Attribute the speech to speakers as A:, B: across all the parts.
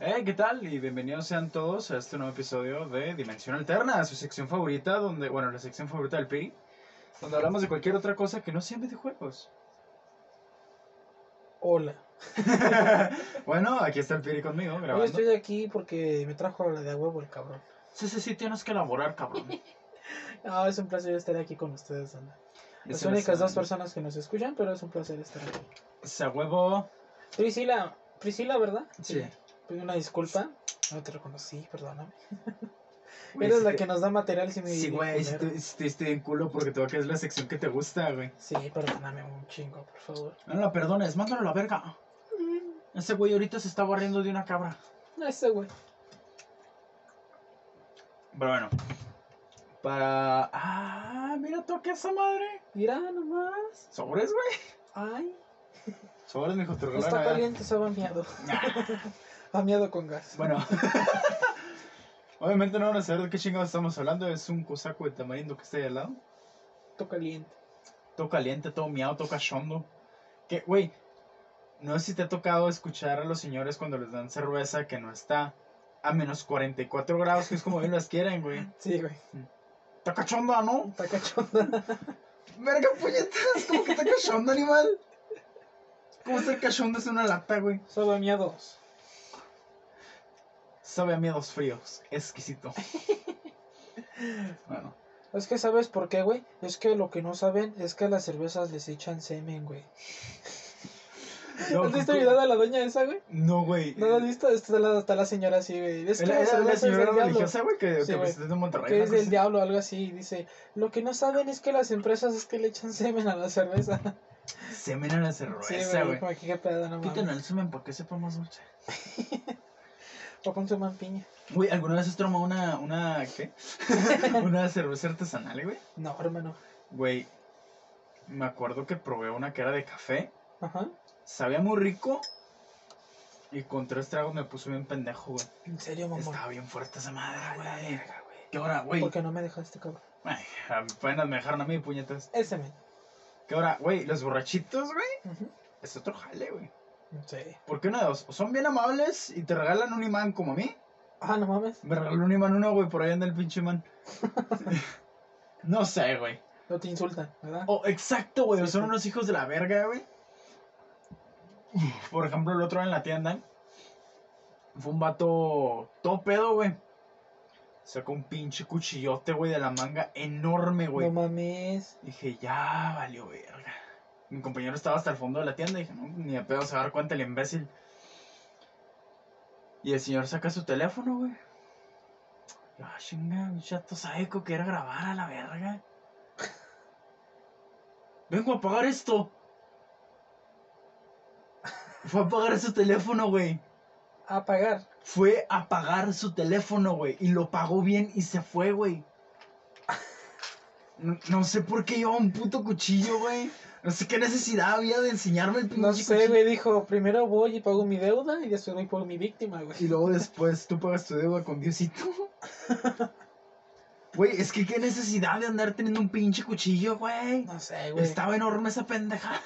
A: Hey, ¿qué tal? Y bienvenidos sean todos a este nuevo episodio de Dimensión Alterna, su sección favorita, donde, bueno, la sección favorita del Piri, donde hablamos de cualquier otra cosa que no sean videojuegos.
B: Hola.
A: bueno, aquí está el Piri conmigo
B: Yo
A: grabando.
B: estoy aquí porque me trajo la de a huevo el cabrón.
A: Sí, sí, sí, tienes que elaborar, cabrón.
B: No, es un placer estar aquí con ustedes, anda. Las
A: Ese
B: únicas
A: es,
B: dos
A: um,
B: personas que nos escuchan, pero es un placer estar aquí.
A: Se huevo.
B: Priscila, Priscila, ¿verdad?
A: Sí.
B: Pido Una disculpa, no te reconocí, perdóname.
A: Güey,
B: Eres
A: si
B: la
A: te-
B: que nos da material si me
A: Sí, güey, si
B: culero.
A: te- si te diste en culo porque tú que es la sección que te gusta, güey.
B: Sí, perdóname un chingo, por favor.
A: No la perdones, mándalo a la verga. Ese güey ahorita se está barriendo de una cabra.
B: No, ese güey.
A: Pero bueno. Para. Ah, mira, toqué esa madre.
B: Mira nomás.
A: Sobres, güey.
B: Ay,
A: Sobres, mijo, te regalo
B: está
A: la Navidad.
B: caliente, estaba miado.
A: Ah,
B: Miado con gas.
A: Bueno. Obviamente no van a saber de qué chingados estamos hablando. Es un cosaco de tamarindo que está ahí al lado.
B: Está caliente.
A: Todo caliente, todo miado, todo cachondo. Que, güey. No sé si te ha tocado escuchar a los señores cuando les dan cerveza que no está a menos 44 grados, que es como bien las quieren, güey.
B: Sí, güey.
A: Está cachonda, ¿no?
B: Está cachonda.
A: Verga, puñetas, como que está cachondo, animal. ¿Cómo está cachondo? Es una lata, güey.
B: Estaba miado.
A: Sabe a miedos fríos, exquisito. Bueno,
B: Es que sabes por qué, güey. Es que lo que no saben es que a las cervezas les echan semen, güey.
A: no,
B: ¿Has visto el video de la doña esa, güey?
A: no, güey.
B: ¿No lo has visto? Está la, está la señora así, güey. Eh, Es que
A: Era,
B: la
A: era la
B: cerveza es
A: señora
B: del diablo.
A: religiosa, güey, que,
B: Sí,
A: que
B: güey.
A: presentó en Monterrey.
B: Que
A: una
B: es
A: cosa
B: del diablo, algo así. Dice, lo que no saben es que las empresas es que le echan semen a la cerveza.
A: así. Semen a la
B: Sí,
A: cerveza,
B: güey.
A: güey.
B: Como que qué pedo, no
A: Quiten
B: mames.
A: el semen para que sepa más dulce.
B: O consuman piña.
A: Güey, ¿alguna vez has tomado una, una, qué? una cerveza artesanal, güey.
B: No, hermano.
A: Güey, me acuerdo que probé una que era de café.
B: Ajá.
A: Sabía muy rico. Y con tres tragos me puse bien pendejo, güey.
B: En serio, mamón.
A: Estaba bien fuerte esa
B: A
A: madre,
B: la
A: güey.
B: verga, güey.
A: ¿Qué hora, güey?
B: ¿Por qué no me dejaste, cabrón?
A: Ay, apenas me dejaron a mí, puñetas.
B: El semen.
A: ¿Qué hora, güey? Los borrachitos, güey.
B: Ujú.
A: Es otro jale, güey.
B: Sí.
A: Porque uno de dos, o son bien amables y te regalan un imán como a mí.
B: Ah, no mames.
A: Me regaló un imán uno, güey, por ahí anda el pinche imán. no sé, güey.
B: No te insultan, ¿verdad?
A: Oh, exacto, güey.
B: Sí,
A: o Son
B: sí.
A: unos hijos de la verga, güey. Por ejemplo, el otro en la tienda. Fue un vato todo pedo, güey. Sacó un pinche cuchillote, güey, de la manga enorme, güey.
B: no mames.
A: Dije, ya valió verga. Mi compañero estaba hasta el fondo de la tienda. Dije, no, ni de pedo se va a dar cuenta el imbécil. Y el señor saca su teléfono, güey. Yo, ah, chinga, un chato sádico que era grabar a la verga. Vengo a pagar esto. Fue a pagar su teléfono, güey.
B: A pagar.
A: Fue a pagar su teléfono, güey. Y lo pagó bien y se fue, güey. No, no sé por qué llevaba un puto cuchillo, güey. No sé qué necesidad había de enseñarme el pinche
B: No sé,
A: cuchillo.
B: güey, dijo, primero voy y pago mi deuda y después voy por mi víctima,
A: Y
B: güey.
A: luego después tú pagas tu deuda con Diosito. Güey, es que qué necesidad de andar teniendo un pinche cuchillo, güey.
B: No sé, güey.
A: Estaba enorme esa pendeja.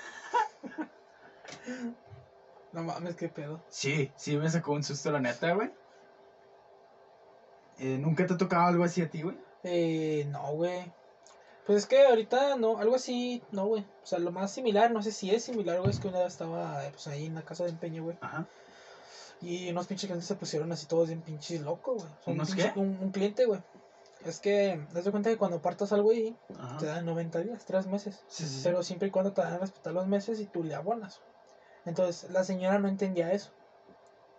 B: No mames, qué pedo.
A: Sí, sí me sacó un susto, la neta, güey. Eh, ¿Nunca te ha tocado algo así a ti, güey?
B: Eh, no, güey. Pues es que ahorita no, algo así, no, güey. O sea, lo más similar, no sé si es similar, güey, es que una vez estaba eh, pues, ahí en la casa de empeño, güey.
A: Ajá.
B: Y unos pinches clientes se pusieron así todos bien pinches locos, güey. O sea, un,
A: ¿Unos
B: pinche-
A: qué?
B: un, un cliente, güey. Es que, te das cuenta que cuando partas algo ahí, te
A: Ajá.
B: dan 90 días, 3 meses.
A: Sí, sí, sí.
B: Pero siempre y cuando te van a respetar los meses y tú le abonas. Entonces la señora no entendía eso.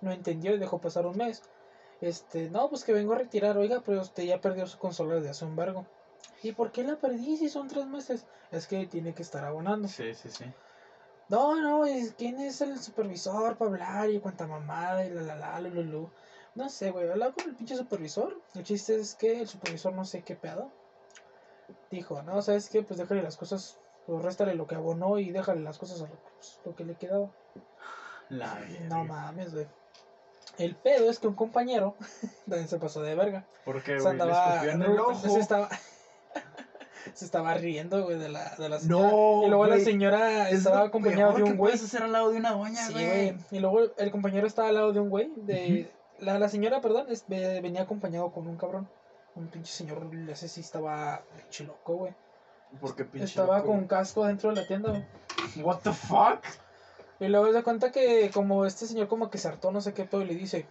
B: No entendió y dejó pasar un mes. Este, no, pues que vengo a retirar, oiga, pero usted ya perdió su consola desde hace un embargo. ¿Y por qué la perdí si son tres meses? Es que tiene que estar abonando.
A: Sí, sí, sí.
B: No, no, es, ¿quién es el supervisor para hablar y cuánta mamada y la la la, lu, lu, lu? No sé, güey, hablaba con el pinche supervisor. El chiste es que el supervisor no sé qué pedo. Dijo, no, ¿sabes qué? Pues déjale las cosas, o réstale lo que abonó y déjale las cosas a lo, pues, lo que le quedaba.
A: La
B: No mames, güey. El pedo es que un compañero también se pasó de verga.
A: Porque
B: Se
A: güey, le
B: andaba.
A: escupió en el ojo.
B: Se estaba, se estaba riendo, güey, de la, de la señora.
A: No.
B: y luego la
A: güey,
B: señora
A: es
B: estaba
A: lo
B: acompañada
A: peor
B: de
A: que
B: un güey.
A: Puedes hacer al lado de una doña,
B: Sí,
A: güey.
B: güey. Y luego el compañero estaba al lado de un güey de, La, la señora, perdón, es- ve- venía acompañado con un cabrón. Un pinche señor, no sé si estaba pinche loco, güey.
A: Porque pinche.
B: Estaba
A: loco.
B: con casco dentro de la tienda, güey.
A: ¿What the fuck?
B: Y luego se da cuenta que como este señor como que se hartó, no sé qué pedo, y le dice,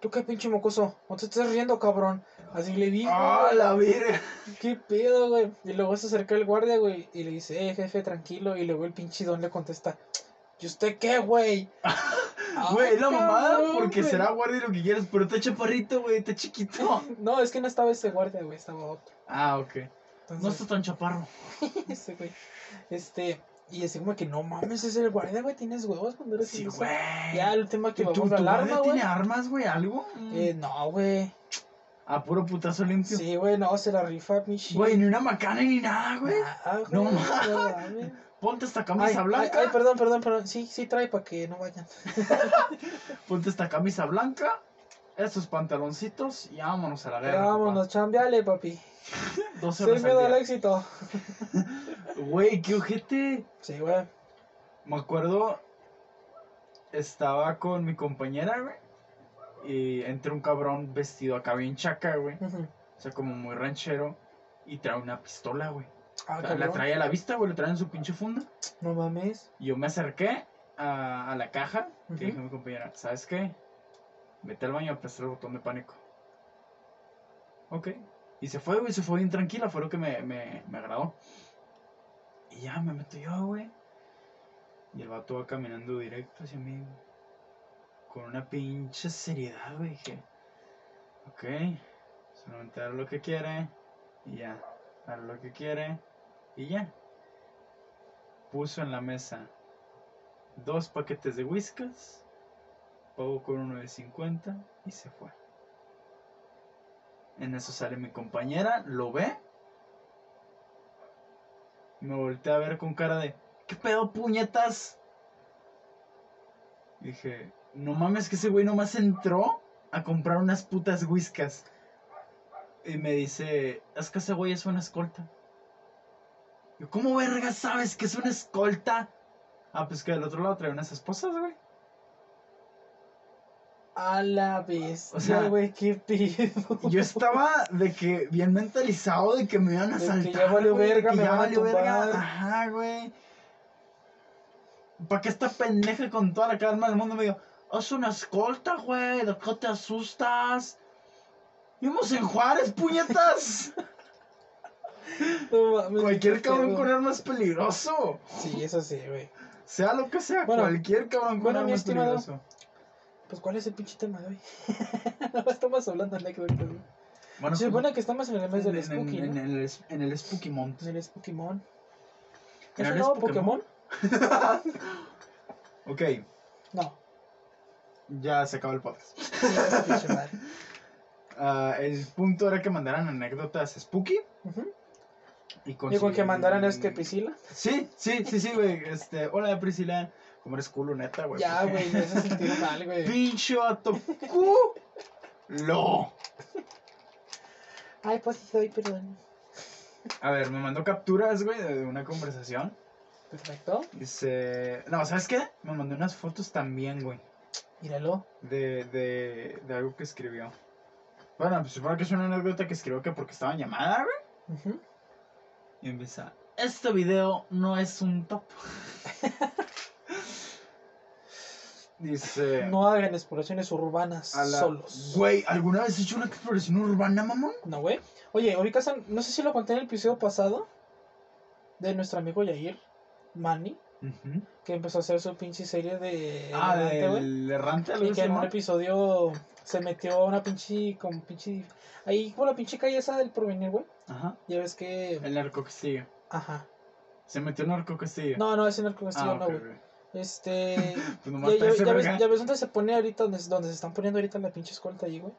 B: tú qué pinche mocoso, no te estás riendo, cabrón. Así le dijo,
A: ¡Ah, la verga!
B: qué pedo, güey. Y luego se acerca el guardia, güey, y le dice, eh, jefe, tranquilo. Y luego el pinche don le contesta, ¿y usted qué, güey?
A: Güey,
B: Ay,
A: es la mamada
B: cabrón,
A: porque
B: güey.
A: será guardia y lo que quieras, pero está chaparrito, güey, está chiquito.
B: No, es que no estaba ese guardia, güey, estaba otro.
A: Ah, ok. No
B: Entonces,
A: está tan chaparro.
B: ese güey, este, y así como que, no mames, es el guardia, güey, tienes huevos cuando eres
A: Sí,
B: iluso".
A: güey.
B: Ya, el tema que
A: ¿Tu, tu
B: vamos a hablar,
A: guardia
B: ¿no, güey.
A: tiene armas, güey? ¿Algo? Mm.
B: Eh, no, güey.
A: A puro putazo limpio.
B: Sí, güey, no, se la rifa, pinche.
A: Güey, ni una macana ni nada, güey.
B: Ah, güey,
A: No
B: no
A: mames.
B: mames.
A: Ponte esta
B: Ay,
A: camisa
B: ay,
A: blanca.
B: ay, perdón, perdón, perdón. Sí, sí trae para que no vayan.
A: Ponte esta camisa blanca. Estos pantaloncitos. Y vámonos a la guerra.
B: Vámonos, chambeale, papi.
A: papá. 12
B: Sin
A: horas
B: miedo
A: al
B: al
A: día.
B: éxito.
A: Güey, qué ojete.
B: Sí, güey.
A: Me acuerdo, estaba con mi compañera, güey. Y entró un cabrón vestido acá bien chaca, güey.
B: Ujú.
A: O sea, como muy ranchero. Y trae una pistola, güey.
B: Ah,
A: O sea, la
B: cabrón.
A: trae a la vista, güey. Lo trae en su pinche funda.
B: No mames.
A: Y yo me acerqué a, a la caja. Y
B: Ujú.
A: dije a mi compañera, ¿sabes qué? Vete al baño a apretar el botón de pánico. Ok. Y se fue, güey. Se fue bien tranquila. Fue lo que me, me, me agradó. Y ya me meto yo, güey. Y el vato va caminando directo hacia mí. güey, Con una pinche seriedad, güey. Dije, ok. Solamente hará lo que quiere. Y ya. Hará lo que quiere. Y ya. Puso en la mesa dos paquetes de whiskas. Pagó con uno de 50 y se fue. En eso sale mi compañera, lo ve. Me volteé a ver con cara de, ¿qué pedo puñetas? Dije, no mames que ese güey nomás entró a comprar unas putas whiskas. Y me dice, es que ese güey es una escolta. Yo, ¿cómo verga sabes que es una escolta? Ah, pues que del otro lado trae unas esposas, güey.
B: A la vez.
A: O sea,
B: güey, qué pido.
A: Y Yo estaba de que bien mentalizado de que me iban a
B: De que
A: saltar.
B: ya valió verga, me van a tumbar.
A: Ajá, güey. ¿Para qué esta pendeja con toda la calma del mundo me dijo, haz una escolta, güey? ¿De qué te asustas? Vimos en Juárez, puñetas.
B: No mames.
A: Cualquier
B: qué
A: cabrón
B: pedo.
A: con armas es peligroso.
B: Sí, eso sí, güey.
A: Sea lo que sea,
B: Bueno,
A: cualquier cabrón con
B: bueno, mi
A: armas es
B: estimado.
A: peligroso.
B: Pues, ¿cuál es el pinche tema de hoy? no estamos hablando de anécdotas, güey.
A: Bueno, pues,
B: Se supone que estamos en el mes
A: en,
B: del
A: en-
B: Spooky,
A: en
B: ¿no?
A: el, en el Spooky Mount.
B: En el Pokémon.
A: ¿En
B: ¿Es
A: el
B: un nuevo
A: Pokémon?
B: Pokémon?
A: Ok,
B: No.
A: ya se acabó el podcast.
B: Sí, esa pinche madre.
A: Ah, el punto era que mandaran anécdotas spooky.
B: Ujú.
A: Y
B: Digo que
A: consiguieron-
B: mandaran este es que Priscila.
A: Sí, sí, sí, sí, güey. Este, hola Priscila. Como eres culo, neta, güey. Pues,
B: ya,
A: ¿por qué?
B: güey, me hace sentir mal, güey.
A: Pinche vato culo.
B: Ay, pues sí, doy perdón.
A: A ver, me mandó capturas, güey, de una conversación.
B: Perfecto.
A: Dice. No, ¿sabes qué? Me mandó unas fotos también, güey.
B: Míralo.
A: De, de, de algo que escribió. Bueno, pues supongo que es una anécdota que escribió que porque estaba en llamada, güey.
B: Ujú.
A: Y empieza, este video no es un top. Dice...
B: No hagan exploraciones urbanas
A: a la-
B: solos.
A: Güey, ¿alguna vez has hecho una exploración urbana, mamón?
B: No, güey. Oye, ubicas, a- no sé si lo conté en el episodio pasado de nuestro amigo Yair, Manny, que empezó a hacer su pinche serie de.
A: Ah,
B: de- güey.
A: del errante. algo
B: Y
A: así,
B: que en un
A: ¿no?
B: episodio se metió a una pinche. con pinche. Ahí, por la pinche calle esa del porvenir, güey.
A: Ajá.
B: Ya ves que.
A: El narco castillo.
B: Ajá.
A: Se metió el narco castillo.
B: No, no, ese en el que estoy
A: ah, ok,
B: no, güey.
A: ok.
B: Este.
A: Pues nomás está
B: Ya, ya-
A: ese
B: ya ves,
A: verga.
B: ya ves dónde se pone ahorita, donde, donde se están poniendo ahorita la pinche escolta ahí, güey.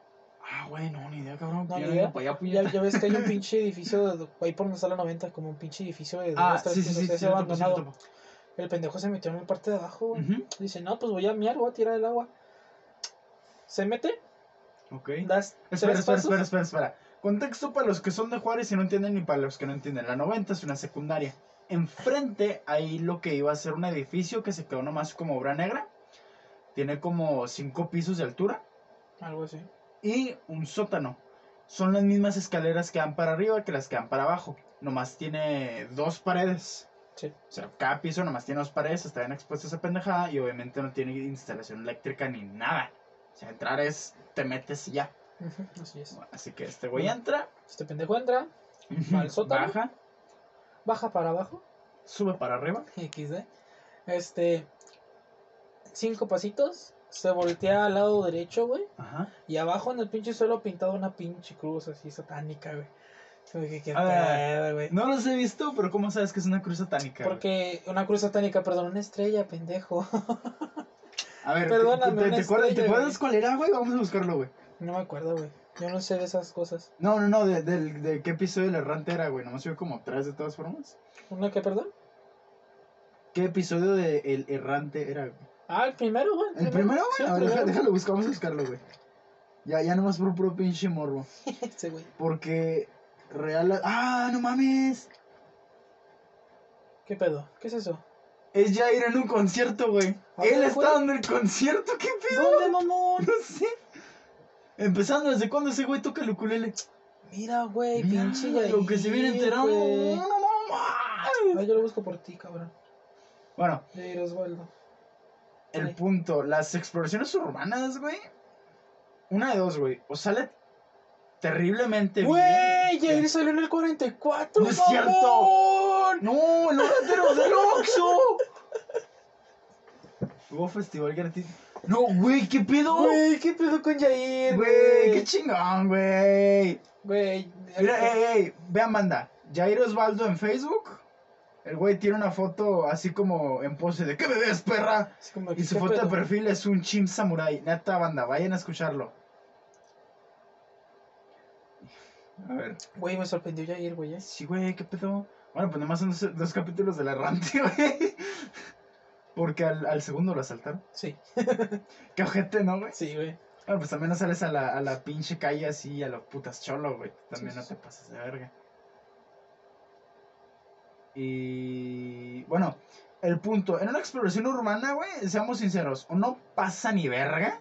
A: Ah, güey, no, ni idea, cabrón. yo
B: No, ni
A: no
B: idea.
A: iba para allá,
B: Ya,
A: puñeta.
B: ya ves que hay un pinche edificio, de- ahí por donde está la 90, como un pinche edificio de
A: Ah,
B: dos, tres
A: sí, sí, sí,
B: pisos, ese
A: sí, lo topo, sí, lo
B: abandonado.
A: topo.
B: El pendejo se metió en la parte de abajo, güey.
A: Ujú,
B: Dice, no, pues voy a miar, voy a tirar el agua. Se mete,
A: Ok.
B: das
A: Espera,
B: tres
A: espera,
B: pasos.
A: espera, espera, espera. Contexto para los que son de Juárez y no entienden ni para los que no entienden. La 90 es una secundaria. Enfrente hay lo que iba a ser un edificio que se quedó nomás como obra negra. Tiene como cinco pisos de altura.
B: Algo así.
A: y un sótano. Son las mismas escaleras que dan para arriba que las que dan para abajo. Nomás tiene dos paredes.
B: Sí.
A: O sea, cada piso nomás tiene dos paredes, están expuestos a esa pendejada y obviamente no tiene instalación eléctrica ni nada. O sea, entrar es, te metes y ya.
B: Ujú, Así es.
A: Así que este güey entra,
B: Este pendejo entra, Va al sótano.
A: baja,
B: baja para abajo.
A: sube para arriba.
B: XD. Este. Cinco pasitos. Se voltea al lado derecho, güey.
A: Ajá.
B: Y abajo en el pinche suelo pintado una pinche cruz así satánica, güey. Yo dije, qué
A: A ver,
B: pedo, güey.
A: No los he visto, pero ¿cómo sabes que es una cruz satánica? güey?
B: Porque una cruz satánica, perdón, una estrella, pendejo.
A: A ver,
B: Perdóname,
A: ¿te, te,
B: una
A: te acuerdas-
B: estrella,
A: ¿te acuerdas
B: güey.
A: cuál era, güey? Vamos a buscarlo, güey.
B: No me acuerdo, güey. Yo no sé de esas cosas.
A: No, no, no, de, del- de qué episodio del errante era, güey. Nomás vio como tres de todas formas.
B: ¿Una qué, perdón?
A: ¿Qué episodio de El Errante era? güey?
B: Ah, el primero, güey.
A: ¿El primero,
B: Sí,
A: güey?
B: el
A: A ver, deja-
B: primero.
A: déjalo buscar, vamos a buscarlo, güey. Ya, ya nomás por puro pinche morbo.
B: Ese, güey.
A: Porque real... ¡Ah, no mames!
B: ¿Qué pedo? ¿Qué es eso?
A: Es Jair en un concierto, güey.
B: A ver,
A: Él está
B: güey.
A: dando el concierto, ¿qué pedo?
B: ¿Dónde, mamón?
A: No sé. Empezando, ¿desde cuándo ese güey toca el ukulele?
B: Mira, güey,
A: Mira,
B: pinche Yair,
A: Lo que se viene enterado.
B: güey.
A: No, no mames.
B: Ah, yo lo busco por ti, cabrón.
A: Bueno,
B: Jair Osvaldo.
A: El
B: Ok.
A: punto, las exploraciones urbanas, güey. Una de dos, güey. O sale terriblemente
B: Güey,
A: bien.
B: Jair salió en el 44.
A: No es cierto. ¡No! ¡El ratero del Oxxo! Hubo festival gratis. No, güey, ¿qué pedo? Güey,
B: Güey, ¿qué pedo con Jair?
A: qué
B: Güey,
A: chingón, güey.
B: Güey,
A: Mira, eh,
B: el-
A: ey, ey, vean, banda. Jair Osvaldo en Facebook. El güey tiene una foto así como en pose de ¿Qué me ves, perra?
B: así como
A: Y
B: que,
A: su
B: ¿qué
A: foto de
B: pedo?
A: perfil es un chim samurai. Neta banda, vayan a escucharlo. A ver.
B: Güey, me sorprendió Jair, güey. eh.
A: Sí, güey, qué pedo. Bueno, pues nomás son dos, dos capítulos del errante, güey. Porque al, al segundo lo asaltaron.
B: Sí,
A: Qué ojete, ¿no, güey?
B: sí, güey.
A: Bueno, pues también no sales a la, a la pinche calle así, a los putas cholo, güey. También
B: Sí,
A: no
B: sí,
A: te pasas de verga. Y bueno, el punto, en una exploración urbana, güey, seamos sinceros, o no pasa ni verga,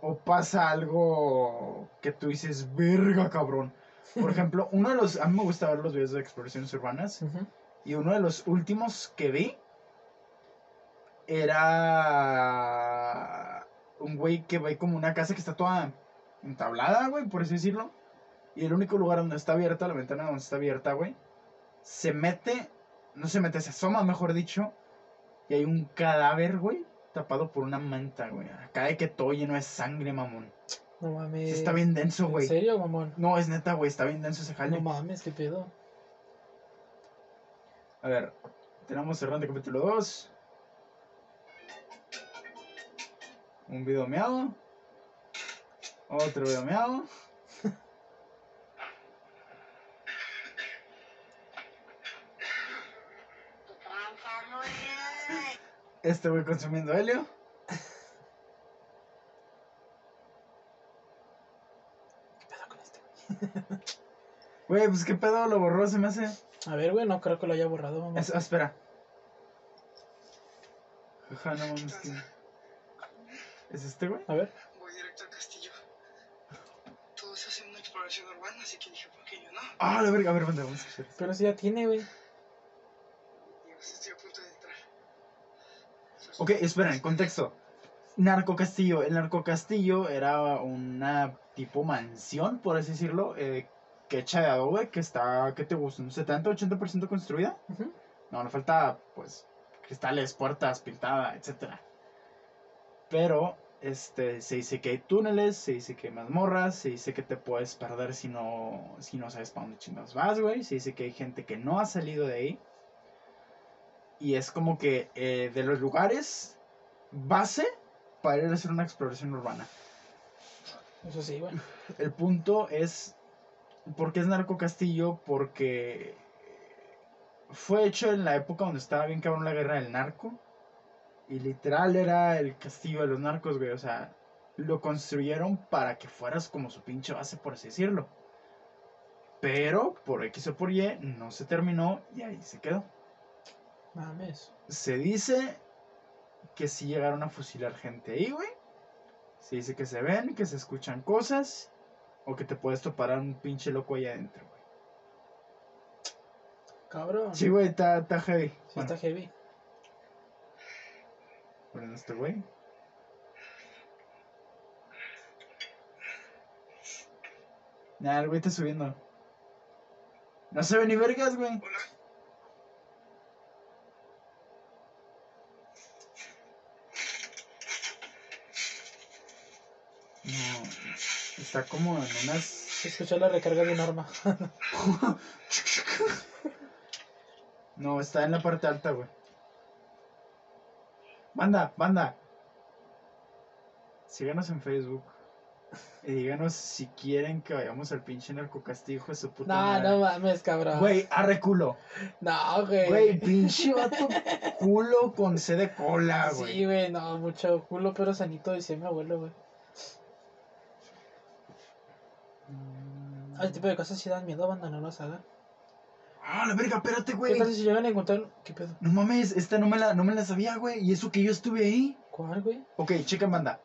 A: o pasa algo que tú dices, verga, cabrón. Por ejemplo, uno de los, a mí me gusta ver los videos de exploraciones urbanas,
B: Ujú.
A: y uno de los últimos que vi era un güey que ve como una casa que está toda entablada, güey, por así decirlo. Y el único lugar donde está abierta, la ventana donde está abierta, güey, se mete, no se mete, se asoma, mejor dicho, y hay un cadáver, güey, tapado por una manta, güey. Acá de que todo lleno de sangre, mamón.
B: No
A: Sí
B: mames.
A: está bien denso,
B: ¿En
A: güey.
B: serio, mamón?
A: No, es neta, güey, está bien denso ese jale.
B: No mames, qué pedo.
A: A ver, tenemos cerrando capítulo 2. Un video meado. Otro video meado. Este voy consumiendo helio.
B: ¿Qué pedo con este? güey?
A: Güey, pues qué pedo, lo borró, se me hace.
B: A ver, güey, no creo que lo haya borrado, mamón.
A: Es- ah, espera. Ajá, no mames. que- ¿Es este, güey?
B: A ver.
C: Voy directo al castillo. Todos hacen una exploración urbana, así que dije, ¿por qué yo no?
A: Ah, la verga, a ver, banda, vamos a hacer.
B: Pero si ya tiene, güey.
C: Digo, si pues, estoy a punto de entrar.
A: Ok, espera, en contexto. Narco Castillo. El Narco Castillo era una tipo mansión, por así decirlo, eh, que hecha de adobe, que está, ¿qué te gusta? ¿Un 70-80% construida?
B: Ujú.
A: No, le falta, pues, cristales, puertas, pintada, etc. Pero, este, se dice que hay túneles, se dice que hay mazmorras, se dice que te puedes perder si no, si no sabes para dónde chingados vas, güey. Se dice que hay gente que no ha salido de ahí. Y es como que eh, de los lugares base para ir a hacer una exploración urbana.
B: Eso sí, güey.
A: El punto es, ¿por qué es Narco Castillo? Porque fue hecho en la época donde estaba bien cabrón la guerra del narco. Y literal era el castillo de los narcos, güey. O sea, lo construyeron para que fueras como su pinche base, por así decirlo. Pero por X o por Y no se terminó y ahí se quedó.
B: Mames.
A: Se dice que sí llegaron a fusilar gente ahí, güey. Se dice que se ven, que se escuchan cosas o que te puedes topar a un pinche loco ahí adentro, güey.
B: Cabrón.
A: Sí, güey, está, está heavy.
B: Sí,
A: Bueno,
B: está heavy.
A: perdón, este güey. Nah, el güey está subiendo. No se ve ni vergas, güey.
C: Hola.
A: No, está como en unas.
B: Se escuchó la recarga de un arma.
A: No, está en la parte alta, güey. Banda, banda. Síganos en Facebook. Y díganos si quieren que vayamos al pinche narcocastijo de su puta
B: no,
A: madre.
B: no mames, cabrón.
A: Güey, arre culo.
B: No, güey.
A: Güey, pinche vato culo con C de cola, güey.
B: Ah, sí, güey, no, mucho culo, pero sanito, decía mi abuelo, güey. Ah, Ese tipo de cosas sí dan miedo, banda, no las hagan.
A: Ah, la verga, espérate,
B: ¿Qué
A: güey.
B: tal si llegan a encontrar... ¿Qué pedo?
A: No mames, esta no me la, no me la sabía, güey. Y eso que yo estuve ahí.
B: ¿Cuál, güey?
A: Ok, checa, banda.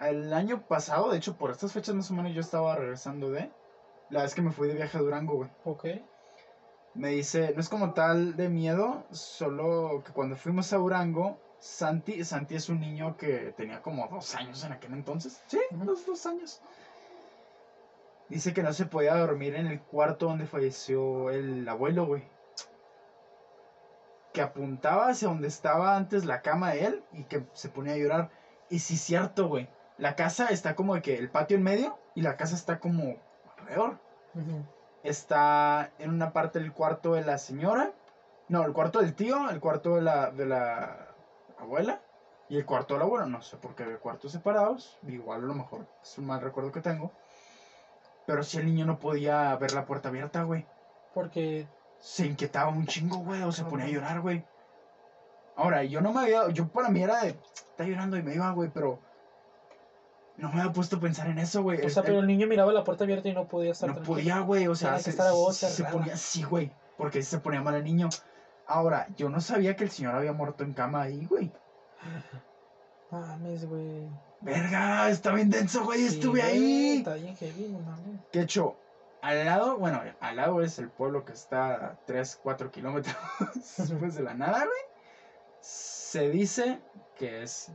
A: El año pasado, de hecho, por estas fechas más o menos, yo estaba regresando de. La vez que me fui de viaje a Durango, güey.
B: Ok.
A: Me dice, no es como tal de miedo, solo que cuando fuimos a Durango, Santi, Santi es un niño que tenía como dos años en aquel entonces. Sí,
B: Ujú.
A: dos, dos años. Dice que no se podía dormir en el cuarto donde falleció el abuelo, güey. Que apuntaba hacia donde estaba antes la cama de él y que se ponía a llorar. Y sí, cierto, güey. La casa está como de que el patio en medio y la casa está como alrededor
B: Ujú.
A: está en una parte del cuarto de la señora. No, el cuarto del tío, el cuarto de la, de la abuela y el cuarto del abuelo. No sé por qué había cuartos separados. Igual a lo mejor es un mal recuerdo que tengo. Pero si el niño no podía ver la puerta abierta, güey.
B: Porque...
A: Se inquietaba un chingo, güey. O se ponía a llorar, güey. Ahora, yo no me había... Yo para mí era de... Está llorando y me iba, güey, pero... No me había puesto a pensar en eso, güey.
B: O sea,
A: El-
B: pero el niño miraba la puerta abierta y no podía estar
A: Este no
B: tranquilo.
A: podía, güey, o sea,
B: Tenía que
A: se,
B: estar a voz
A: se- se
B: cerrada.
A: ponía así, güey, porque se ponía mal el niño. Ahora, yo no sabía que el señor había muerto en cama ahí, güey.
B: Mames, güey.
A: Verga, está bien denso, güey,
B: Sí,
A: estuve
B: güey,
A: ahí.
B: Está bien heavy, no mames.
A: Que hecho, al lado, bueno, al lado es el pueblo que está a 3, 4 kilómetros después de la nada, güey. Se dice que es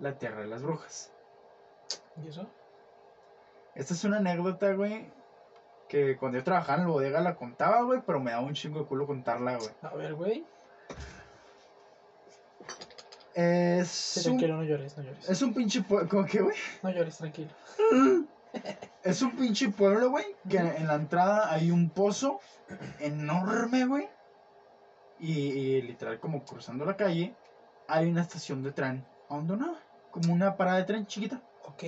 A: la tierra de las brujas.
B: ¿Y eso?
A: Esta es una anécdota, güey. Que cuando yo trabajaba en la bodega la contaba, güey, pero me daba un chingo de culo contarla, güey.
B: A ver, güey. Sí,
A: Es un,
B: tranquilo, no llores, no llores.
A: es un pinche pueblo. ¿Cómo que, güey?
B: No llores, tranquilo.
A: Es un pinche pueblo, güey. Que en, en la entrada hay un pozo enorme, güey. Y, y literal, como cruzando la calle, hay una estación de tren abandonada. Como una parada de tren chiquita.
B: Ok.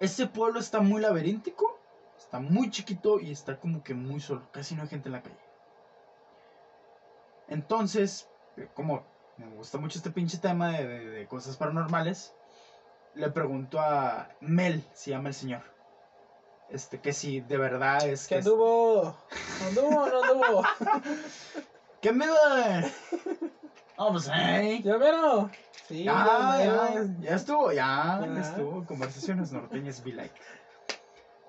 A: Este pueblo está muy laberíntico, está muy chiquito y está como que muy solo. Casi no hay gente en la calle. Entonces, eh, como me gusta mucho este pinche tema de, de- de cosas paranormales, le pregunto a Mel, se llama el señor, este, que si de verdad es
B: ¿Qué
A: que...
B: anduvo? ¿Anduvo no anduvo?
A: ¿Qué me da? Vamos, ¿eh?
B: ¿Ya vieron? Sí,
A: Ya,
B: ya,
A: ya, ya estuvo, ya, ya
B: Ya.
A: estuvo. Conversaciones norteñas be like.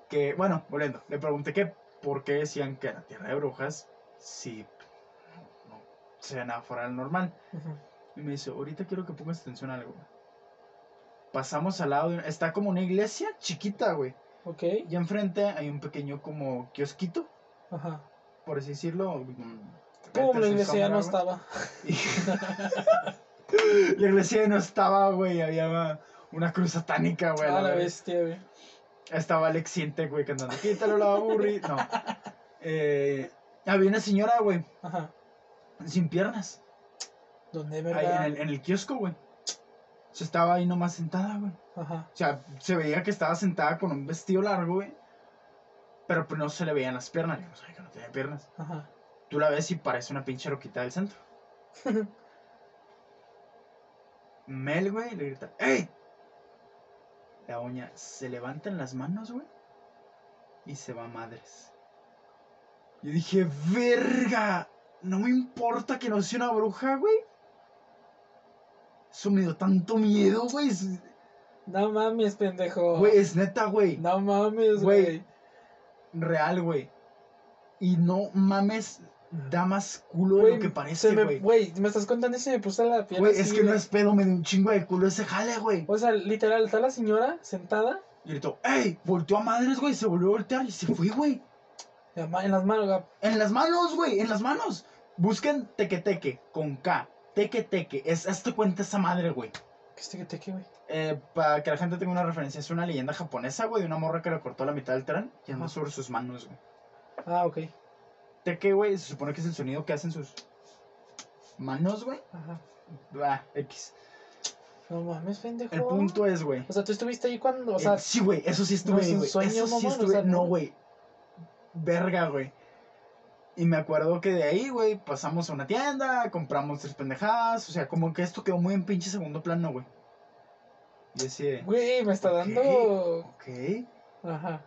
A: Que, bueno, volviendo, le pregunté que por qué decían que era tierra de brujas si no, no se ve nada fuera del normal.
B: Ujú.
A: Y me dice, ahorita quiero que pongas atención a algo. Pasamos al lado de una- Está como una iglesia chiquita, güey.
B: Ok.
A: Y enfrente hay un pequeño como kiosquito,
B: Ajá.
A: por así decirlo. mm,
B: Pum,
A: vete
B: la
A: sin
B: iglesia ya
A: sombra,
B: no
A: güey.
B: estaba.
A: Y- la iglesia no estaba, güey. Había una cruz satánica, güey. a la
B: A Ah, la
A: verga.
B: bestia, güey.
A: Estaba Alex Siente, güey, cantando. Quítalo la aburri. No. Eh, había una señora, güey,
B: Ajá.
A: sin piernas.
B: ¿Dónde,
A: Ahí en
B: verdad?
A: el, en el kiosco, güey. Se estaba ahí nomás sentada, güey.
B: Ajá.
A: O sea, se veía que estaba sentada con un vestido largo, güey. Pero pues, no se le veían las piernas. Yo no sabía que no tenía piernas.
B: Ajá.
A: Tú la ves y parece una pinche loquita del centro. Mel, güey, le grita, ¡Ey! La uña se levanta en las manos, güey. Y se va a madres. Yo dije, ¡verga! No me importa que no sea una bruja, güey. Eso me dio tanto miedo, güey. Es-
B: No mames, pendejo.
A: Güey, es neta, güey.
B: No mames,
A: Güey.
B: güey.
A: Real, güey. Y no mames, da más culo de
B: Güey,
A: lo que parece,
B: Se me-
A: güey.
B: Güey, me estás contando y se me puso la piel.
A: Güey,
B: así,
A: es que no es pedo, me dio un chingo de culo ese jale, güey.
B: O sea, literal, está la señora sentada
A: Y gritó, ¡ey! Volteó a madres, güey, se volvió a voltear y se fue, güey.
B: la ma- en las manos.
A: En las manos, güey, en las manos. Busquen teque teque con K. Teque teque. Es, hazte cuenta esa madre, güey.
B: ¿Qué este que te qué, güey?
A: Eh, para que la gente tenga una referencia, es una leyenda japonesa, güey, de una morra que le cortó la mitad del tren y andó
B: Ajá.
A: sobre sus manos, güey.
B: Ah, ok.
A: Teque, güey, se supone que es el sonido que hacen sus manos, güey.
B: Ajá.
A: Bah, X.
B: No mames, pendejo.
A: El punto es, güey.
B: O sea, tú estuviste ahí cuando. O sea,
A: Eh, sí, güey, eso sí
B: no
A: estuve,
B: es
A: ahí,
B: un
A: güey.
B: sueño,
A: Eso sí
B: mamón, o
A: estuve,
B: sea,
A: no,
B: no.
A: güey. Verga, güey. Y me acuerdo que de ahí, güey, pasamos a una tienda, compramos tres pendejadas. O sea, como que esto quedó muy en pinche segundo plano, güey. Y decía,
B: güey, me está
A: Ok.
B: dando.
A: ok.
B: Ajá.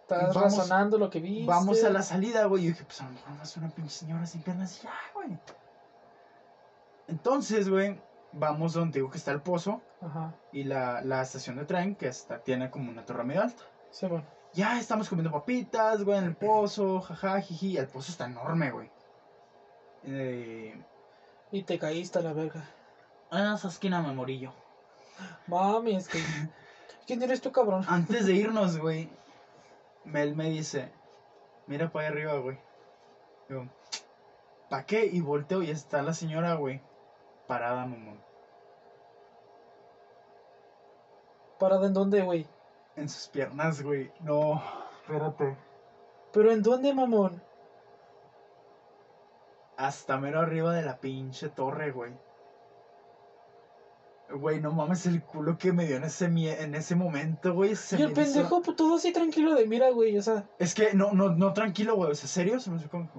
B: Estás
A: Vamos-
B: razonando lo que viste.
A: Vamos a la salida, güey. Yo dije, pues a lo mejor no es una pinche señora sin piernas y ya, güey. Entonces, güey, vamos donde digo que está el pozo
B: Ajá.
A: y la, la estación de tren, que hasta tiene como una torre medio alta.
B: Sí, bueno.
A: Ya estamos comiendo papitas, güey, en el pozo, jaja, jiji. El pozo está enorme, güey. Eh,
B: Y te caíste a la verga.
A: en Ah, esa esquina me morí yo.
B: Mami, es que. ¿Quién eres tú, cabrón?
A: Antes de irnos, güey, Mel me dice, mira para allá arriba, güey. Digo, ¿pa' qué? Y volteo y está la señora, güey, parada, mamón,
B: ¿Parada en dónde, güey?
A: en sus piernas, güey. No, espérate.
B: ¿Pero en dónde, mamón?
A: Hasta mero arriba de la pinche torre, güey. Güey, no mames el culo que me dio en ese, mie- en ese momento, güey. se
B: Y el
A: me hizo-
B: pendejo, pues, todo así tranquilo de mira, güey. O sea,
A: Es que no, no, no, tranquilo, güey. O sea, serio, se me hace como.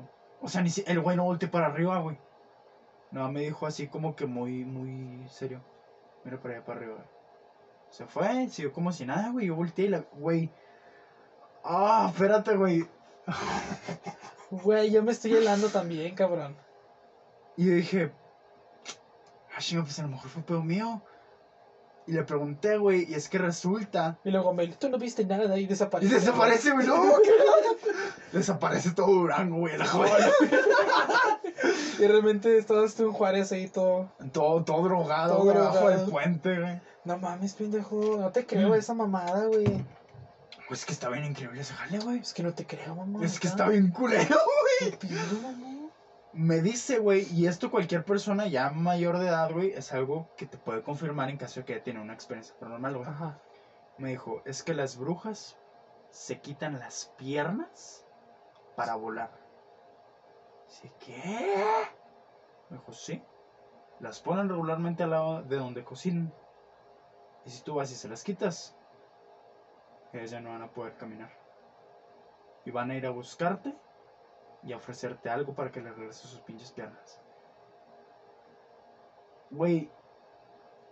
A: O sea, ni si... el güey no volteó para arriba, güey. No, me dijo así como que muy, muy serio. Mira para allá para arriba. güey. Se fue, siguió como si nada, güey. Yo volteé y la. Güey. Ah, espérate, güey.
B: güey, yo me estoy helando también, cabrón.
A: Y yo dije. Ah, chinga, pues a lo mejor fue pedo mío. Y le pregunté, güey. Y es que resulta.
B: Y luego me tú no viste nada y
A: Y
B: desapareció.
A: desaparece, güey. No, qué- Desaparece todo Durango, güey. La joven.
B: Y de repente estabas tú en Juárez ahí todo.
A: Todo, todo drogado,
B: Todo
A: güey, abajo
B: drogado.
A: del puente, güey.
B: No mames, pendejo. No te creo
A: Mm.
B: esa mamada, güey.
A: Pues que está bien increíble ese jale, güey.
B: Es que no te creo, mamá. "Ah,
A: Es que está bien culero.
B: ¿Qué pedo, mamá?
A: Me dice, güey, y esto cualquier persona ya mayor de edad, güey, es algo que te puede confirmar en caso de que haya tenido una experiencia paranormal, güey.
B: Ajá.
A: Me dijo, es que las brujas se quitan las piernas para volar. Dice, ¿qué? Me dijo, sí. Las ponen regularmente al lado de donde cocinan. Y si tú vas y se las quitas, ellas ya no van a poder caminar. Y van a ir a buscarte y a ofrecerte algo para que le regreses sus pinches piernas. Güey,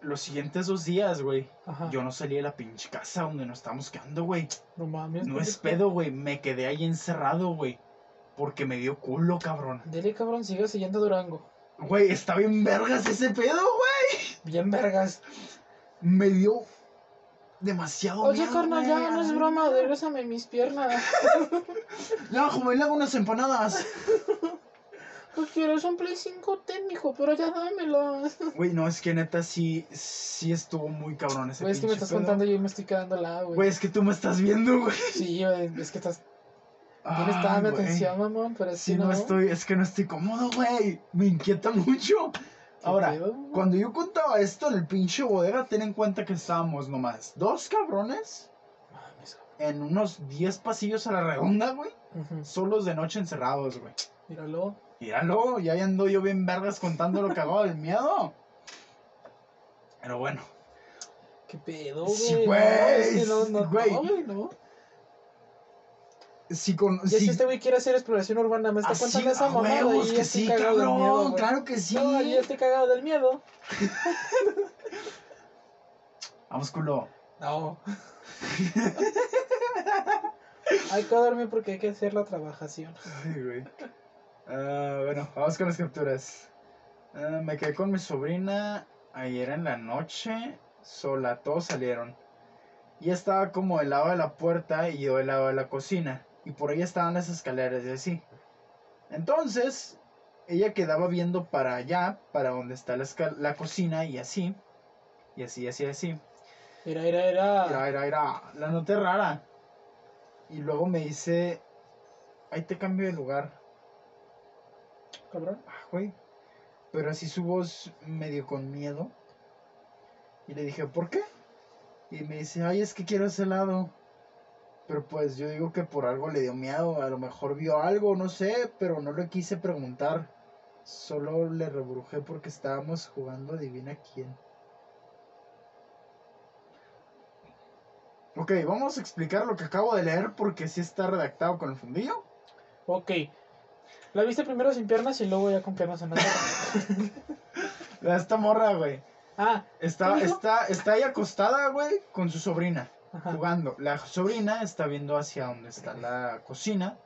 A: los siguientes dos días, güey,
B: Ajá.
A: yo no salí de la pinche casa donde nos estábamos quedando, güey.
B: No mames.
A: No es
B: pendejo.
A: pedo, güey. Me quedé ahí encerrado, güey. Porque me dio culo, cabrón.
B: Dele, cabrón, sigue siguiendo a Durango.
A: Güey, está bien vergas ese pedo, güey.
B: Bien vergas.
A: Me dio demasiado
B: Oye,
A: miedo,
B: carnal,
A: güey,
B: ya
A: a
B: no
A: la
B: es
A: verga.
B: broma. Regrésame mis piernas.
A: Ya, joven, le hago unas empanadas.
B: Pues quiero un Play 5 técnico, pero ya dámelo.
A: Güey, no, es que neta sí, sí estuvo muy cabrón ese
B: Güey, es que me
A: pinche
B: estás
A: pedo.
B: contando y yo me estoy quedando al lado, güey.
A: Güey, es que tú me estás viendo, güey.
B: Sí, güey, es que estás.
A: Ay,
B: Tienes toda mi
A: Ah, güey.
B: atención, mamón, pero es
A: Sí,
B: que
A: no
B: no.
A: estoy, es que no estoy cómodo, güey. Me inquieta mucho.
B: ¿Qué
A: Ahora,
B: pedo, mamón?
A: Cuando yo contaba esto en el pinche bodega, ten en cuenta que estábamos nomás dos cabrones
B: Mames, cabrón.
A: en unos 10 pasillos a la redonda, güey.
B: Ujú.
A: Solos de noche encerrados, güey.
B: Míralo.
A: Míralo, ya ando yo bien vergas contando lo cagado del miedo. Pero bueno,
B: ¿Qué pedo, güey?
A: Sí,
B: No,
A: güey,
B: es que no,
A: sí,
B: no,
A: güey. Pues
B: no, güey, no.
A: si con.
B: Y
A: si-
B: si este güey quiere hacer exploración urbana, me está
A: así,
B: contando esa
A: Ah, a
B: mamada
A: huevos
B: y
A: que
B: yo estoy
A: sí,
B: cagado del miedo,
A: cabrón,
B: güey.
A: claro que sí.
B: No, este yo estoy cagado del miedo.
A: Vamos, culo.
B: No. hay que dormir porque hay que hacer la trabajación.
A: Ay, güey. Ah, bueno, vamos con las capturas. Ah, me quedé con mi sobrina ayer en la noche sola, todos salieron. Y estaba como del lado de la puerta y yo del lado de la cocina. Y por ahí estaban las escaleras y así. Entonces, ella quedaba viendo para allá, para donde está la, esca- la cocina y así. Y así, así, así.
B: Era, era, era.
A: Era, era, era. La noté rara. Y luego me dice, ahí te cambio de lugar.
B: Cabrón.
A: Ah, güey. Pero así su voz medio con miedo. Y le dije, ¿por qué? Y me dice, ay, es que quiero ese helado. Pero pues yo digo que por algo le dio miedo, a lo mejor vio algo, no sé, pero no le quise preguntar. Solo le rebrujé porque estábamos jugando adivina quién. Ok, vamos a explicar lo que acabo de leer porque sí está redactado con el fundillo.
B: Ok. La viste primero sin piernas y luego ya con piernas en la
A: Esta morra, güey.
B: Ah,
A: Está,
B: ¿Cómo dijo?
A: está, está ahí acostada, güey, con su sobrina,
B: ajá.
A: jugando. La sobrina está viendo hacia donde está la cocina,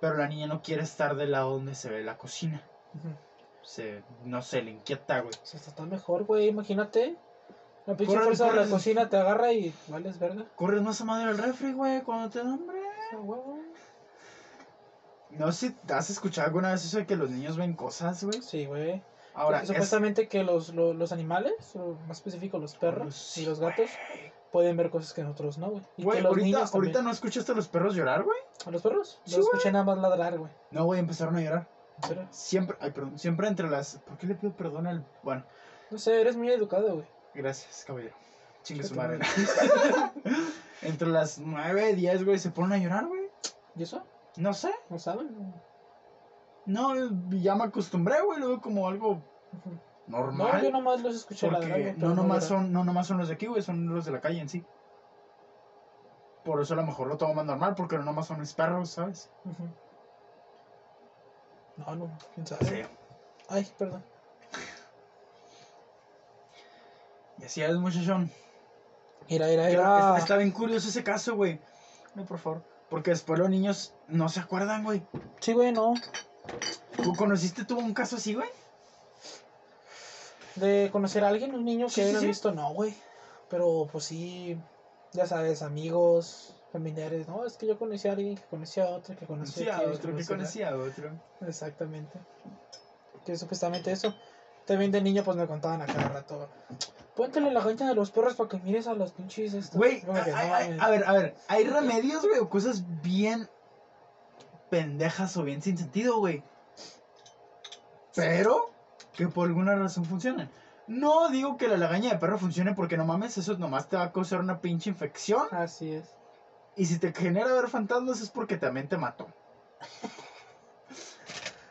A: pero la niña no quiere estar del lado donde se ve la cocina.
B: Ujú.
A: Se, no sé, le inquieta, güey.
B: O sea, Pues está- está mejor, güey. Imagínate. La pinche
A: Corre,
B: fuerza de la
A: corre.
B: cocina te agarra y vales verga.
A: Corres más a madre al refri, güey, cuando te da hambre.
B: Ah, huevo.
A: No sé si has escuchado alguna vez eso de que los niños ven cosas, güey.
B: Sí, güey.
A: Ahora, es...
B: Supuestamente que los, lo- los, animales, o más específico los perros
A: Los-
B: y los gatos, pueden ver cosas que nosotros no, güey. Y
A: Güey,
B: que los
A: ahorita,
B: niños también.
A: ahorita no escuchaste a los perros llorar, güey.
B: ¿A los perros?
A: Sí,
B: Los escuché nada más ladrar, güey.
A: No, güey, empezaron a llorar.
B: ¿En serio?
A: Siempre, ay, perdón, siempre entre las... ¿Por qué le pido perdón al...? Bueno,
B: No sé, eres muy educado, güey.
A: gracias, caballero. Chingue
B: Chica
A: su
B: tu
A: madre.
B: madre.
A: Entre las 9 y 10, güey, se ponen a llorar, güey.
B: ¿Y eso?
A: No sé.
B: ¿No saben?
A: No, ya me acostumbré, güey. Lo veo como algo
B: Ujú.
A: normal.
B: No, yo nomás los escuché ladrar.
A: porque
B: güey, pero
A: no nomás,
B: llorar.
A: son, no nomás son los de aquí, güey. Son los de la calle en sí. Por eso a lo mejor lo tomo más normal. Porque no nomás son mis perros, ¿sabes?
B: Ujú. No, no, quién sabe. Ay, perdón.
A: Y así es, muchachón.
B: Mira, mira,
A: Creo-
B: mira.
A: es- Está bien curioso ese caso, güey. No, por favor. Porque después los niños no se acuerdan, güey.
B: Sí, güey, no.
A: ¿Tú conociste tú un caso así, güey?
B: De conocer a alguien, un niño que
A: Sí, sí,
B: hubieran
A: sí.
B: visto, no, güey. Pero pues sí, ya sabes, amigos, familiares. No, es que yo conocí a alguien que conocía a otro, que
A: Sí,
B: conocía
A: a
B: aquel,
A: otro que
B: a-
A: conocía a otro.
B: Exactamente. Que supuestamente eso. También de niño, pues me contaban a cada rato. Póntele la gancha de los perros para que mires a los pinches estos.
A: Güey,
B: Como que,
A: a-
B: no
A: a-
B: mames.
A: a, ver, a ver, hay remedios, güey, o cosas bien pendejas o bien sin sentido, güey. Pero que por alguna razón funcionan. No digo que la lagaña de perro funcione porque no mames, eso nomás te va a causar una pinche infección.
B: Así es.
A: Y si te genera ver fantasmas es porque también te mató.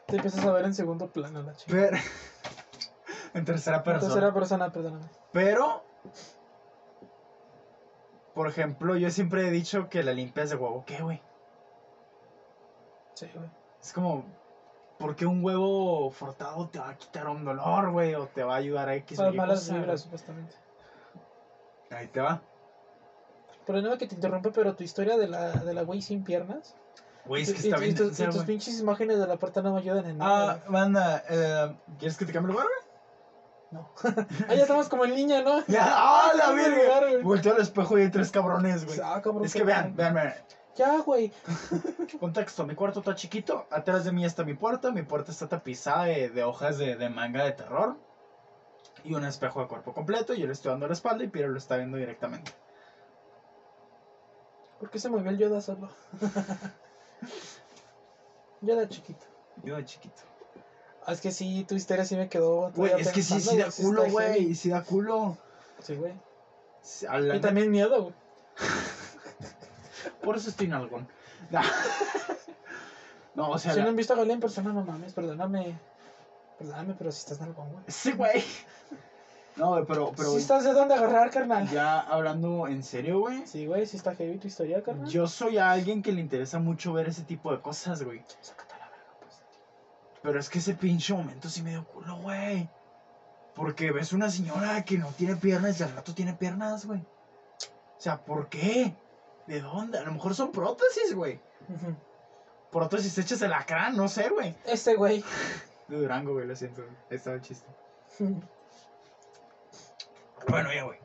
B: Te empiezas a ver en segundo plano la chica.
A: Pero... en tercera persona.
B: Tercera persona, perdóname.
A: Pero... Por ejemplo, yo siempre he dicho que la limpias de huevo. ¿Qué, güey?
B: Sí, güey.
A: Es como, ¿por qué un huevo frotado te va a quitar un dolor, güey? O te va a ayudar a X o
B: Para
A: Y
B: malas
A: cosa,
B: vibras, supuestamente.
A: güey? Ahí te va.
B: Perdóname que te interrumpa, pero tu historia de la, de la güey sin piernas.
A: Güey, es
B: y-
A: que está
B: y,
A: bien.
B: tus- y
A: densa,
B: tus
A: güey.
B: pinches imágenes de la puerta no me ayudan en nada.
A: Ah, banda, eh, ¿quieres que te cambie el lugar, güey?
B: güey. Ah, ya estamos como en niña, ¿no?
A: Ya, ¡ah, la
B: Cambia el lugar,
A: virgen!
B: güey.
A: Volteo al espejo y hay tres cabrones, güey.
B: Ah, cabrón.
A: Es que vean, vean, vean.
B: Ya, güey.
A: Contexto, mi cuarto está chiquito, atrás de mí está mi puerta, mi puerta está tapizada de, de hojas de, de manga de terror y un espejo de cuerpo completo, yo le estoy dando la espalda y Piero lo está viendo directamente.
B: ¿Por qué se movió el Yoda solo? Yoda chiquito.
A: Yo de chiquito.
B: Ah, es que sí, tu historia sí me quedó.
A: Güey,
B: todavía
A: es que sí,
B: pensando,
A: sí da culo,
B: está heavy.
A: güey, sí da culo.
B: Sí, güey.
A: Sí, a la
B: Y también miedo, güey.
A: neta, Por eso estoy en algón. Nah. No, o sea,
B: Si no
A: la-
B: han visto a Galea en persona, no mames, perdóname. Perdóname, pero si estás nalgón, güey.
A: sí, güey. No, güey, pero, pero
B: Si estás de dónde agarrar, carnal.
A: ya hablando en serio, güey.
B: Sí, güey, si está heavy tu historia, carnal.
A: Yo soy a alguien que le interesa mucho ver ese tipo de cosas, güey.
B: Sácate a la verga, pues.
A: Pero es que ese pinche momento sí me dio culo, güey. Porque ves una señora que no tiene piernas y al rato tiene piernas, güey. O sea, ¿por qué? ¿De dónde? A lo mejor son prótesis, güey.
B: Ujú.
A: Prótesis hechas de lacrán, no sé, güey.
B: Este güey.
A: De Durango, güey, lo siento. güey. Ahí estaba el chiste. Bueno, ya, güey.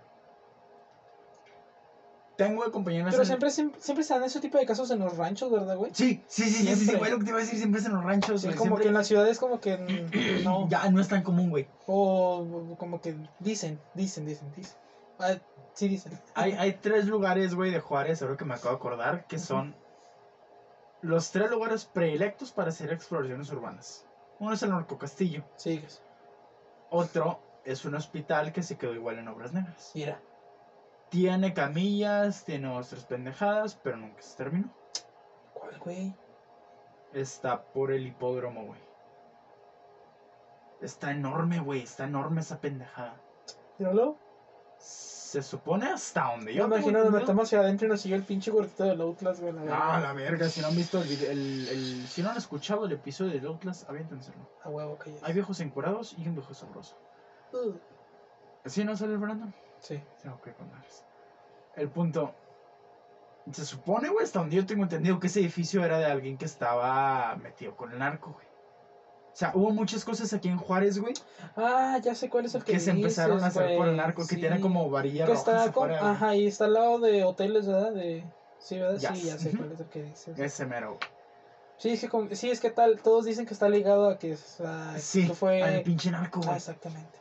A: Tengo de compañeros.
B: Pero
A: en-
B: siempre, siempre, siempre se dan ese tipo de casos en los ranchos, ¿verdad, güey?
A: Sí, sí, sí, sí, sí, sí,
B: Siempre.
A: güey, lo que te iba a decir siempre es en los ranchos,
B: Sí,
A: güey,
B: como que en
A: siempre-
B: las ciudades como que mm, no.
A: Ya no es tan común, güey.
B: O como que dicen, dicen, dicen, dicen. Ah, sí dicen.
A: Hay, hay tres lugares, güey, de Juárez, ahora que me acabo de acordar, que son los tres lugares predilectos para hacer exploraciones urbanas. Uno es el Narcocastillo,
B: Sigues.
A: otro es un hospital que se quedó igual en Obras Negras.
B: Mira.
A: Tiene camillas, tiene otras pendejadas, pero nunca se terminó.
B: ¿Cuál, güey?
A: Está por el hipódromo, güey. Está enorme, güey, está enorme esa pendejada.
B: Míralo.
A: Se supone hasta donde
B: Yo
A: yo tengo
B: me imagino nos
A: entendido.
B: metemos hacia adentro y nos siguió el pinche gordito del Outlast, güey. la
A: Ah,
B: verdad.
A: la verga, si no han visto el video, el, el- si no han escuchado el episodio de Outlast, aviéntenselo.
B: A huevo, que ya.
A: Hay viejos encorados y un viejo sabroso.
B: Uh,
A: ¿Sí no sale el Brandon?
B: Sí.
A: Tengo que contarles. El punto. Se supone, güey, hasta donde yo tengo entendido que ese edificio era de alguien que estaba metido con el narco, güey. O sea, hubo muchas cosas aquí en Juárez, güey,
B: Ah, ya sé cuál es el
A: que,
B: que
A: se empezaron a
B: dices,
A: hacer por el
B: güey,
A: narco, que
B: sí.
A: tiene como varilla
B: Que
A: roja.
B: está
A: hacia
B: con-
A: afuera, güey.
B: Ajá, y está al lado de hoteles, ¿verdad? De... Sí, ¿verdad?
A: Ya.
B: Sí, ya sé
A: Ujú.
B: cuál es el que dices.
A: Ese mero. güey.
B: Sí, es que, con- sí, es que tal, todos dicen que está ligado a que, o sea,
A: Sí,
B: que fue...
A: al pinche narco,
B: Ah,
A: güey.
B: exactamente.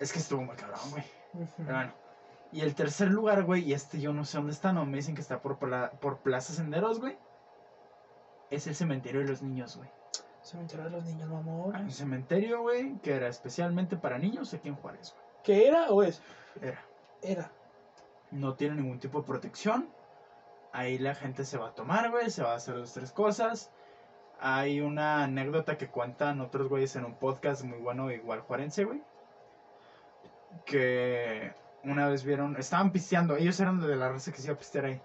A: es que estuvo muy cabrón, güey.
B: Ujú.
A: Pero bueno. Y el tercer lugar, güey, y este yo no sé dónde está, no me dicen que está por, pla- por Plaza Senderos, güey. Es el cementerio de los niños, güey.
B: Cementerio de los niños, mamón.
A: Hay Un cementerio, güey, que era especialmente para niños aquí en Juárez,
B: ¿Qué era o es?
A: güey. Era.
B: Era.
A: No tiene ningún tipo de protección. Ahí la gente se va a tomar, güey, se va a hacer dos, tres cosas. Hay una anécdota que cuentan otros güeyes en un podcast muy bueno, igual juarense, güey. Que una vez vieron, estaban pisteando, ellos eran de la raza que se iba a pistear ahí.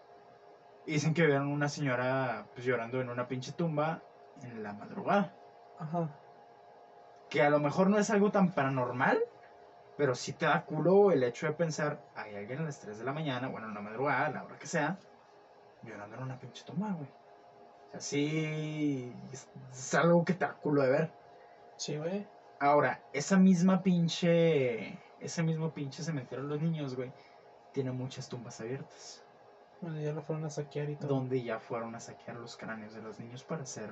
A: Y dicen que vieron una señora pues, llorando en una pinche tumba en la madrugada.
B: Ajá.
A: Que a lo mejor no es algo tan paranormal, pero sí te da culo el hecho de pensar, hay alguien a las 3 de la mañana, bueno, en la madrugada, a la hora que sea, llorando en una pinche toma, güey. O sea, sí, es, es algo que te da culo de ver.
B: Sí, güey.
A: Ahora, esa misma pinche, ese mismo pinche cementerio de los niños, güey, tiene muchas tumbas abiertas,
B: Bueno, ya lo fueron a saquear y todo.
A: donde ya fueron a saquear los cráneos de los niños para hacer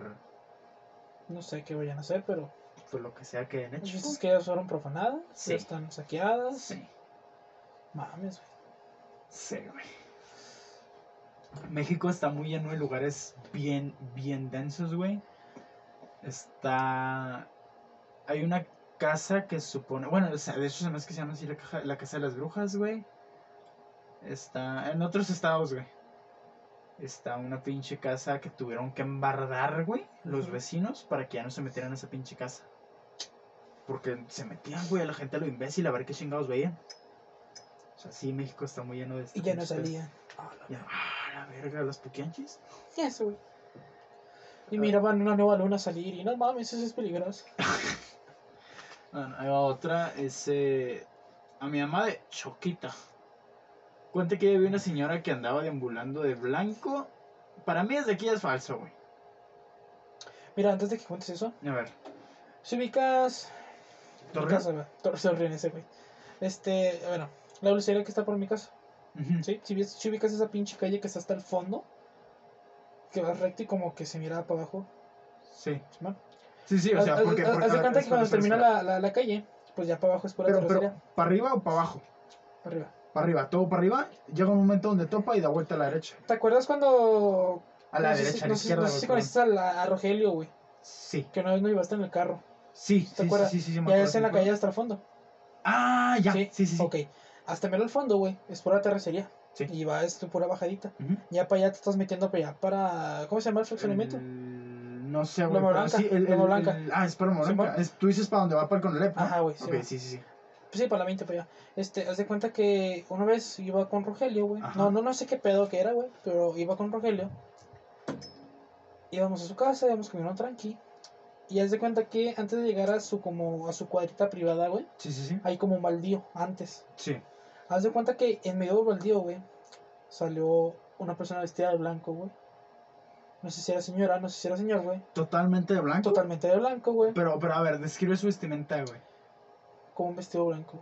B: No sé qué vayan a hacer, pero
A: pues, lo que sea que hayan
B: el
A: hecho.
B: chiste Pues es que ellas fueron profanadas,
A: Sí.
B: ya están saqueadas.
A: Sí.
B: Mames, güey.
A: Sí, güey. México está muy lleno de lugares bien, bien densos, güey. Está. Hay una casa que supone. Bueno, o sea, de hecho, se me hace que se llama así la, caja- la Casa de las Brujas, güey. Está en otros estados, güey. Está una pinche casa que tuvieron que embardar, güey, los
B: Ujú.
A: vecinos para que ya no se metieran a esa pinche casa. Porque se metían, güey, a la gente a lo imbécil a ver qué chingados veían. O sea, sí, México está muy lleno de este
B: Y ya no
A: pinche pedo.
B: salían. Ah, la-
A: Ya, ah, la verga, las puquianchis.
B: Y eso, güey. Y miraban una nueva luna salir y no mames, eso es peligroso.
A: Bueno, ahí va otra es eh, a mi mamá de Choquita. Cuenta que había una señora que andaba deambulando de blanco. Para mí desde aquí es falso, güey.
B: Mira, antes de que cuentes eso,
A: A ver.
B: si ubicas.
A: ¿Torreón?
B: mi casa, güey. Tor- Torreón, ese, güey. Este, bueno, la dulcería que está por mi casa.
A: Ujú.
B: Sí, si, ves- si ubicas esa pinche calle que está hasta el fondo, que va recto y como que se mira para abajo.
A: Sí.
B: Simón.
A: Sí, sí, o
B: Haz-
A: sea,
B: haz-
A: porque.
B: haz-
A: porque-
B: haz de
A: a ver,
B: cuenta que
A: espera,
B: cuando
A: espera,
B: termina
A: espera.
B: la, la, la calle, pues ya para abajo es pura
A: Pero,
B: terracería.
A: pero, ¿para arriba o para abajo?
B: para arriba.
A: Para arriba, todo para arriba. Llega un momento donde topa y da vuelta a la derecha.
B: ¿Te acuerdas cuando.
A: A la
B: no sé si-
A: derecha, a la
B: no sé-
A: izquierda.
B: No sé si
A: güey,
B: conociste a, la- a Rogelio, güey.
A: perdón. Sí,
B: Que una vez no llevaste en el carro.
A: sí,
B: ¿Te
A: sí, sí,
B: acuerdas?
A: sí, sí, sí, me
B: ya
A: acuerdo,
B: es en
A: sí,
B: la
A: me
B: calle
A: acuerdo.
B: hasta el fondo.
A: Ah, ya. Sí, sí, sí.
B: Ok. Hasta mero al fondo, güey. Es pura terracería.
A: Sí.
B: Y va, es tu pura bajadita.
A: Ujú.
B: Ya para allá te estás metiendo para allá. Para. ¿Cómo se llama el fraccionamiento?
A: El- Mm, No sé, güey.
B: Loma
A: pero
B: Blanca,
A: Sí, el, el-
B: Loma Blanca.
A: el- ah, es para Loma
B: Sí,
A: Blanca.
B: ma-
A: Es- tú dices para donde va para el Conalep, ¿no?
B: Ajá, güey. sí,
A: Ok,
B: güey.
A: sí, sí, sí.
B: Pues sí, para la 20 para allá. Este, haz de cuenta que una vez iba con Rogelio, güey.
A: Ajá.
B: No, no, no sé qué pedo que era, güey. Pero iba con Rogelio. Íbamos a su casa, íbamos caminando tranqui. Y haz de cuenta que antes de llegar a su como a su cuadrita privada, güey,
A: Sí, sí, sí.
B: hay como un baldío antes.
A: Sí.
B: Haz de cuenta que en medio del baldío, güey, salió una persona vestida de blanco, güey. No sé si era señora, no sé si era señor, güey.
A: Totalmente de blanco.
B: Totalmente de blanco, güey.
A: Pero, pero a ver, describe su vestimenta, güey.
B: Con un vestido blanco.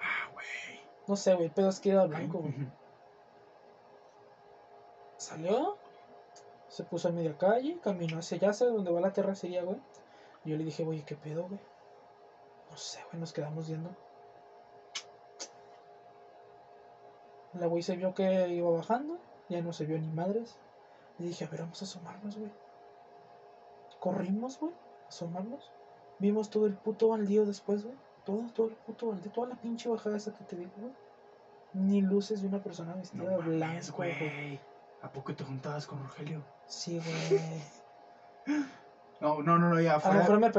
A: Ah, güey.
B: No sé, güey, el pedo es que era blanco, güey.
A: Ujú.
B: Salió, se puso a media calle, caminó hacia allá, hacia donde va la terracería, güey. Y yo le dije, oye, ¿qué pedo, güey? No sé, güey, nos quedamos viendo. La güey se vio que iba bajando, ya no se vio ni madres. Y dije, a ver, vamos a asomarnos, güey. Corrimos, güey, asomarnos. Vimos todo el puto baldío después, güey. Todo, todo el puto baldío, toda la pinche bajada esa que te digo, güey. Ni luces de una persona
A: No
B: vestida de
A: mames,
B: blanco, güey.
A: güey. ¿A poco te juntabas con Rogelio?
B: Sí, güey.
A: No, no, no, no, ya
B: A lo
A: fuera.
B: mejor me